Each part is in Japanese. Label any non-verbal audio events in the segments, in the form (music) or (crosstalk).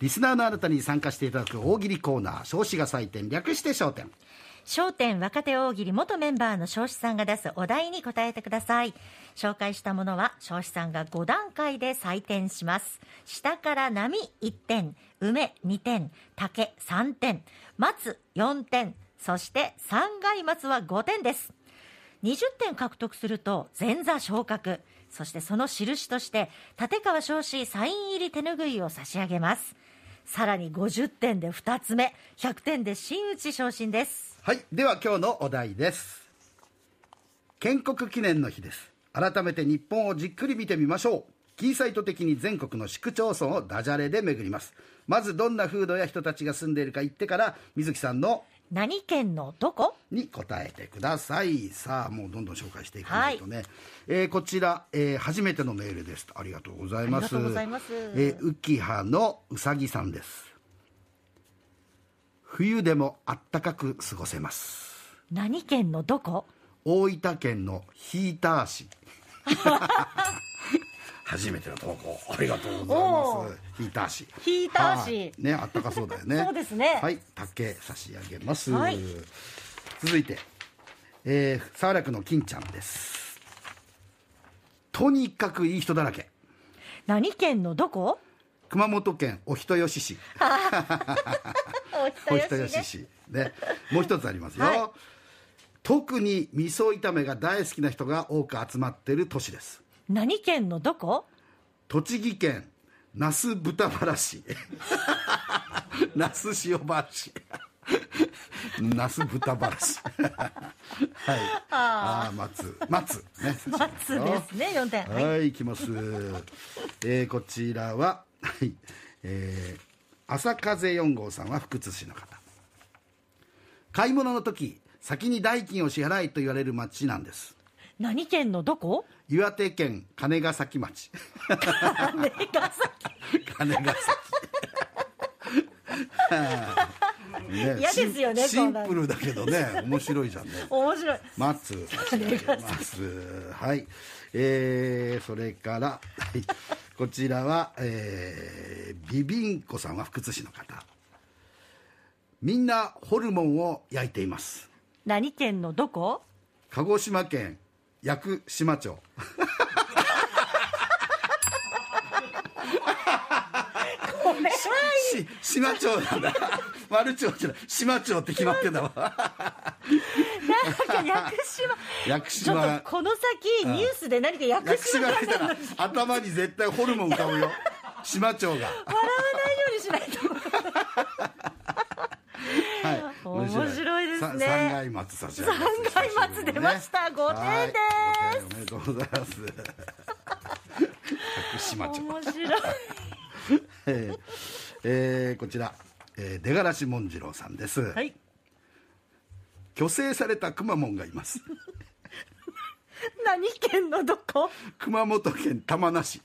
リスナーのあなたに参加していただく大喜利コーナー、少子が採点、略して焦点。焦点若手大喜利元メンバーの彰子さんが出すお題に答えてください紹介したものは彰子さんが5段階で採点します下から波1点梅2点竹3点松4点そして三階松は5点です20点獲得すると前座昇格そしてその印として立川彰子サイン入り手ぬぐいを差し上げますさらに50点で2つ目100点で真打ち昇進ですはい、では今日のお題です。建国記念の日です。改めて日本をじっくり見てみましょう。キーサイト的に全国の市区町村をダジャレで巡ります。まずどんな風土や人たちが住んでいるか言ってから、水木さんの何県のどこに答えてください。さあ、もうどんどん紹介していかないとね。えーこちら、えー初めてのメールです。ありがとうございます。ありがとうございますえー、ウキハのうさぎさんです。冬でもあったかく過ごせます。何県のどこ大分県のヒーター (laughs) 市初めての投稿ありがとうございますヒーター市ヒーター市はいねあったかそうだよねそうですねはい竹差し上げます、はい続いて、えー、沢良区の金ちゃんですとにかくいい人だらけ何県のどこ熊本県お人よし市おお人よし市ねもう一つありますよ、はい特に味噌炒めが大好きな人が多く集まってる都市です何県のどこ栃木県那須豚バラ市 (laughs) 那須塩原市 (laughs) 那須豚バラ市 (laughs) はいああ松松ね松ですね4点はいはい、行きます。えーこちらは、はい、えー朝風4号さんは福津市の方。買い物の時、先に代金を支払いと言われる町なんです。何県のどこ岩手県金ヶ崎町。金ヶ金ヶ崎。ね嫌ですよねシンこうなるシンプルだけどね、面白いじゃんね。面白い松松はいえー、それから、はい、こちらは、えー、ビビンコさんは福津市の方みんなホルモンを焼いています何県のどこ鹿児島県屋久島町これはし島町なんだ (laughs) 丸町じゃない島町って決まってんだわなんか屋久島屋久島ちょっとこの先ニュースで何か屋久屋久島島ががい出たたらら (laughs) 頭に絶対ホルモン浮かぶ (laughs) よ島町が笑わないようにしない (laughs) とはい、面白いですさね三階松差し上げます三階松出ました5点ですはいおめでとうございます。福島 (laughs) 町、面白いえーえーこちら、えー、出がらし文次郎さんです。はい虚勢されたくまモンがいます。何県のどこ熊本県玉名市。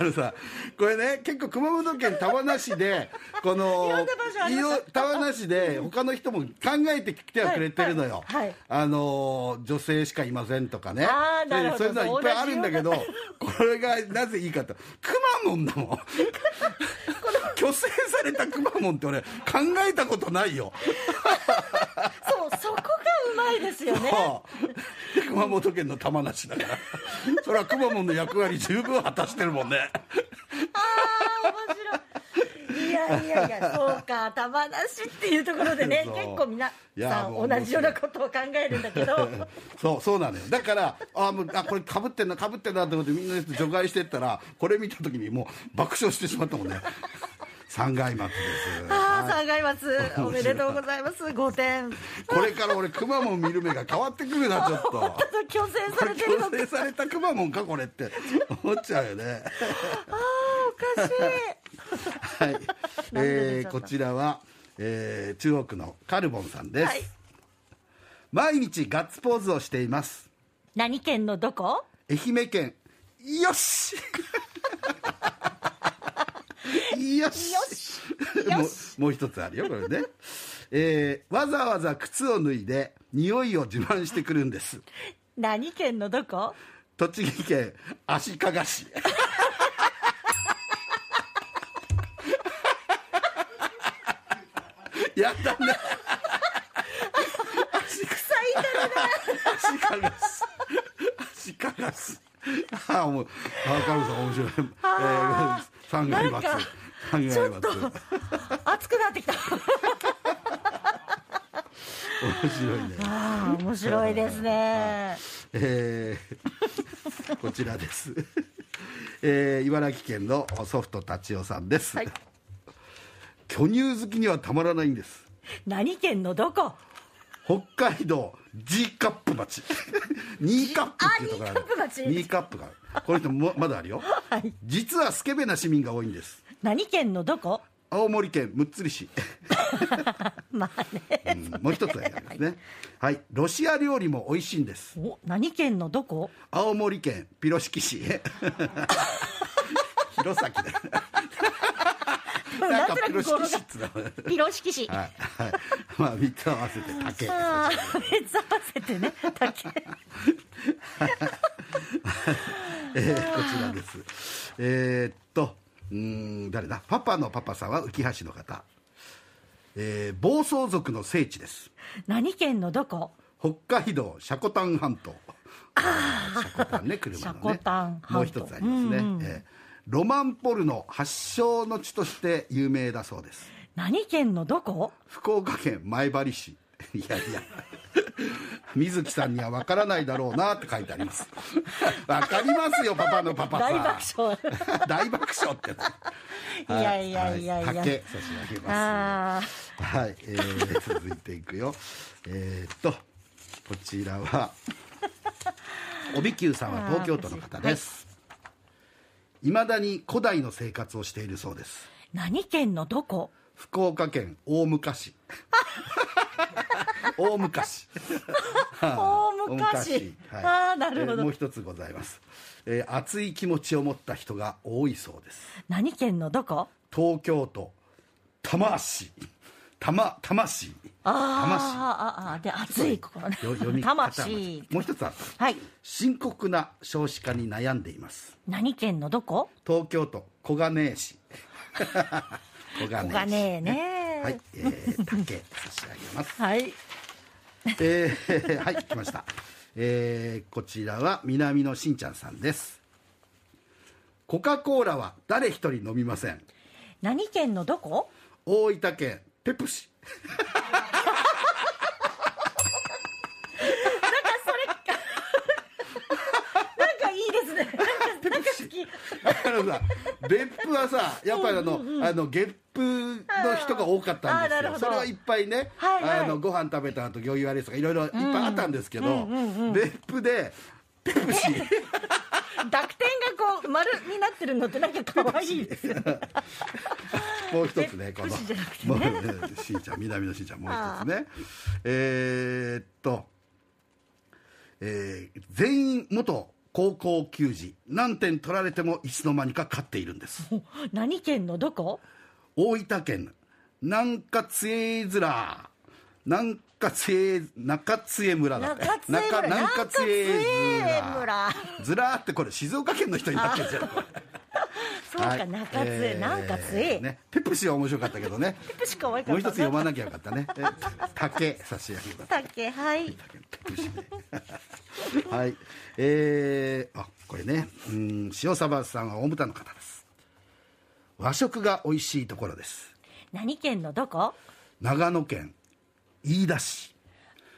あのさこれね結構熊本県玉名市でこのいろんな場所ありますいろ玉名市で他の人も考えてきてはくれてるのよ、はいはいあの女性しかいませんとかねあーなるほどそういうのはいっぱいあるんだけど同これがなぜいいかとくまモンだもん虚勢されたくまモンって俺考えたことないよそうそこがうまいですよねはあで熊本県の玉名市だからそれはくまモンの役割十分果たしてるもんね面白いいやいやいやそうか玉なしっていうところでね (laughs) そう結構皆いやさもんう同じようなことを考えるんだけどそうそうなのよだからあもうあこれかぶってんなかぶってんなと思ってみんなで除外してったらこれ見た時にもう爆笑してしまったもんね (laughs) 三階松です (laughs) ああがいますおめでとうございます5点これから俺くまモン見る目が変わってくるなちょっと強制こされれてるの強制されたくまモンかこれって思っちゃうよねおかしいはい、えーこちらは、えー中央区のカルボンさんです、はい毎日ガッツポーズをしています何県のどこ愛媛県よしよしもうもう一つあるよこれね、えーわざわざ靴を脱いで匂いを自慢してくるんです何県のどこ栃木県足利市 (laughs) やったね臭いだろ足利市足利市ああもうあカルさん面白い、あえー、3月なん末か三ちょ月っと末面熱くなってきた白いねああ面白いですねえー (laughs) こちらです、えー茨城県のソフト達夫さんです、はい巨乳好きにはたまらないんです何県のどこ北海道 G カップ (laughs) 町2カップっていうところあ2カップ町2カップがあるこの人もまだあるよ、はい実はスケベな市民が多いんです何県のどこ青森県むっつり市、 (laughs) まあねうんもう一つありますねはい、ロシア料理も美味しいんですお何県のどこ青森県ピロシキ市 (laughs) 弘前だなんかピロシキ市っつうのはピロシキ市い、はい、まあ3つ合わせて竹ああ別合わせてね竹えーこちらですえーっとうーん誰だパパのパパさんは浮橋の方えー暴走族の聖地です何県のどこ北海道シャコタン半島シャコタンね車のねシャコタン半島もう一つありますね、えーロマンポルの発祥の地として有名だそうです何県のどこ福岡県前張市 (laughs) いやいや水木さんには分からないだろうなって書いてあります分かりますよパパのパパさん大爆笑大爆笑っていなやいやいやいやは竹差し上げまああすはい、えー、続いていくよえー、っとこちらは帯久さんは東京都の方ですいま、未だに古代の生活をしているそうです何県のどこ福岡県大 (laughs) 昔大昔大大昔はいああなるほえーもどう一つございます、えー熱い気持ちを持った人が多いそうです何県のどこ東京都多摩市多摩多摩市あ多あああで熱い心ねよ読み方間違魂えもう一つあったはい深刻な少子化に悩んでいます何県のどこ東京都小金井市小金井市 (laughs) 小金井 (laughs) ねはい、えー、竹差し上げますはいえー (laughs) はい来ました、えーこちらは南のしんちゃんさんですコカ・コーラは誰一人飲みません何県のどこ大分県ペプシなんかいいですねなんか好きあのさ別府はさやっぱりあの、あのゲップの人が多かったんであすーあーなるよほどそれはいっぱいね、はいはいあのご飯食べた後魚油あれとかいろいろいっぱいあったんですけど、別府でペプシ濁点がこう丸になってるのってなんか可愛いですよねもう一つねペこのプシじゃなくてもうねしんちゃん南のしんちゃんもう一つねえーっと、えー全員元高校球児何点取られてもいつの間にか勝っているんです何県のどこ大分県なんか強えずらなんか強え中津江村だって中津江村なか中津江中津江村ずらーってこれ静岡県の人になってるじゃんそうか中津江なんか津江ね、ペプシは面白かったけどねペプシ可愛かもうっ一つた読まなきゃよか (laughs) ったねえ竹差し上げます竹はいペプシねはいえー、あこれねうん塩サバさんは大牟田の方です和食が美味しいところです何県のどこ長野県飯田市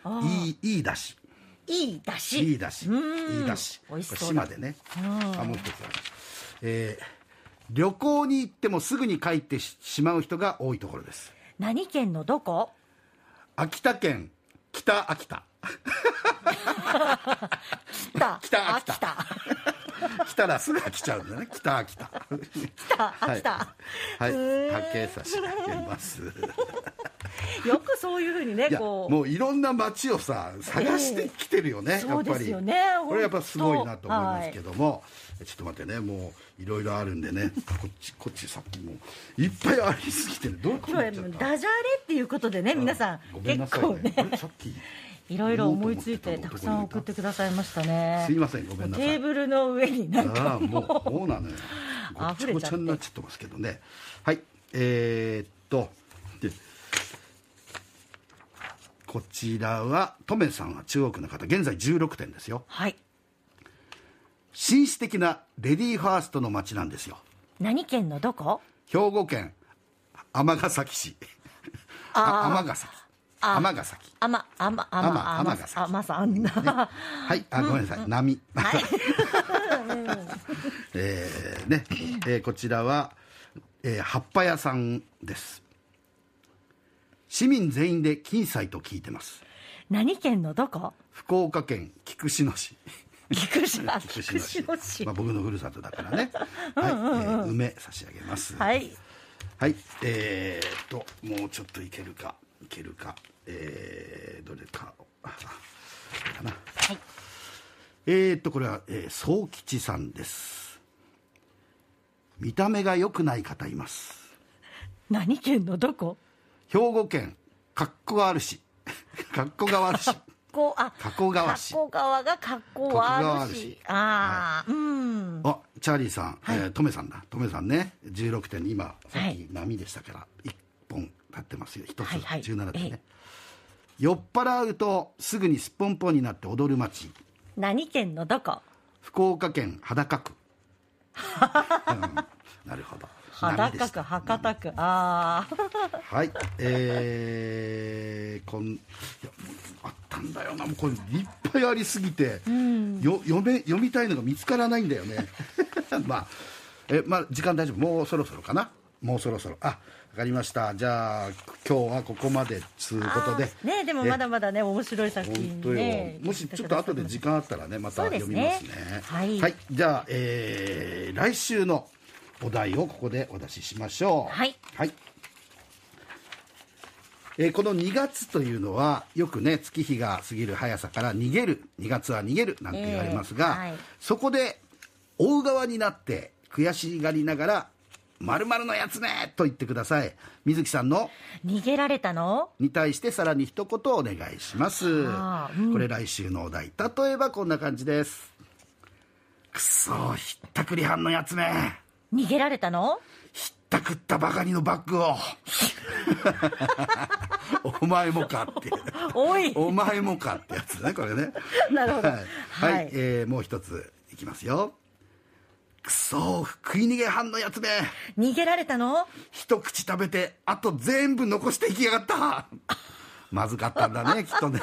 あ飯飯田市いいだし飯田市うん飯田市美味しこれそう島だでねあもう一つあるえー旅行に行ってもすぐに帰ってししまう人が多いところです何県のどこ秋田県北秋田北北秋田来たらすぐ飽きちゃうんだね北秋田北秋田はい、うはーい、ん竹差し上げますよくそういうふうにねいや (laughs) こもういろんな街をさ探してきてるよね、ええやっそうぱですりよねこれやっぱすごいな本と当思いますけども、ちょっと待ってねもういろいろあるんでねこっちこっちさっきもいっぱいありすぎてねどういうこうと今にな日っちゃっはたダジャレっていうことでね皆さんごめんなさい結構ねねあれさっきいろいろ思いついてたくさん送ってくださいましたねすいませんごめんなさいテーブルの上になんあかあ (laughs) ももううそうなのよごっちゃごちゃになっちゃってますけどねはいえー、っとでこちらはトメさんは中国の方現在16点ですよはい紳士的なレディーファーストの街なんですよ何県のどこ兵庫県尼崎市あ尼崎あ尼崎あまあまあまあまあまさんなはい、あ、ごめんなさい、波。 (laughs) えーね、えーこちらは、えー葉っぱ屋さんです。市民全員で金祭と聞いてます。 (laughs) 何県のどこ (laughs) 福岡県菊島市。菊 (laughs) 島菊菊島市まあ、僕の故郷だからね。はい、えー梅差し上げます。はいはい、えー、と、もうちょっといけるか、いけるか、えー、どれか、あこれ (laughs) かな。はいえー、と、これは、えー、総吉さんです。見た目が良くない方います。何県のどこ兵庫県、格好があるし、 (laughs) 格好が悪し、こあ加古川市加古川が加古川川市市ああうんあ、チャーリーさん、えートメさんだ、トメさんね、16点、今、さはっきい波でしたから、1本立ってますよ、1つ、はいはい17点ね、ええ酔っ払うと、すぐにすっぽんぽんになって踊る街、何県のどこ福岡県裸 (laughs) 区。うんなるほど。波で裸し区た博多区ああはい、えー、こんいやもうあったんだよな、もうこれ、いっぱいありすぎて、よ読め読みたいのが見つからないんだ (laughs) よね、まあ、えまあ、時間大丈夫、もうそろそろかな、もうそろそろ、あわかりました、じゃあ、今日はここまでつうことであ、ー (laughs) ねでもまだまだね面白い作本品当よ、ねもしちょっと後で時間あったらねまたそうで読すみねますねはいじゃあ、えー来週のお題をここでお出ししましょうはい、えーこの2月というのはよくね月日が過ぎる速さから逃げる2月は逃げるなんて言われますが、ええはいそこで追う側になって悔しがりながら「まるのやつね!」と言ってください水木さんの「逃げられたのに対してさらに一言お願いします、あーうんこれ来週のお題例えばこんな感じですくそひったくり犯のやつめ逃げられたのひったくったばかりのバッグを (laughs) お前もかっておいお前もかってやつねこれね (laughs) なるほどはい、はいはいえーもう一ついきますよくそ食い逃げ犯のやつめ逃げられたの一口食べてあと全部残していきやがったまずかったんだねきっとね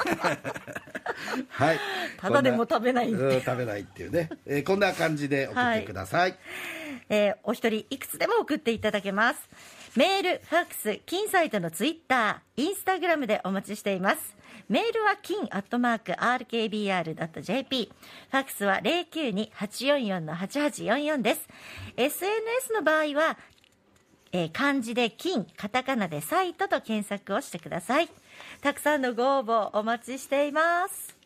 はい (laughs) ただでも食べないこんうん食べないっていうね、えーこんな感じで送ってください、えーお一人いくつでも送っていただけますメールファックス金サイトのツイッターインスタグラムでお待ちしていますメールは金アットマーク RKBR.jp ファックスは092-844-8844です SNS の場合はえー漢字で金、カタカナでサイトと検索をしてください。たくさんのご応募お待ちしています。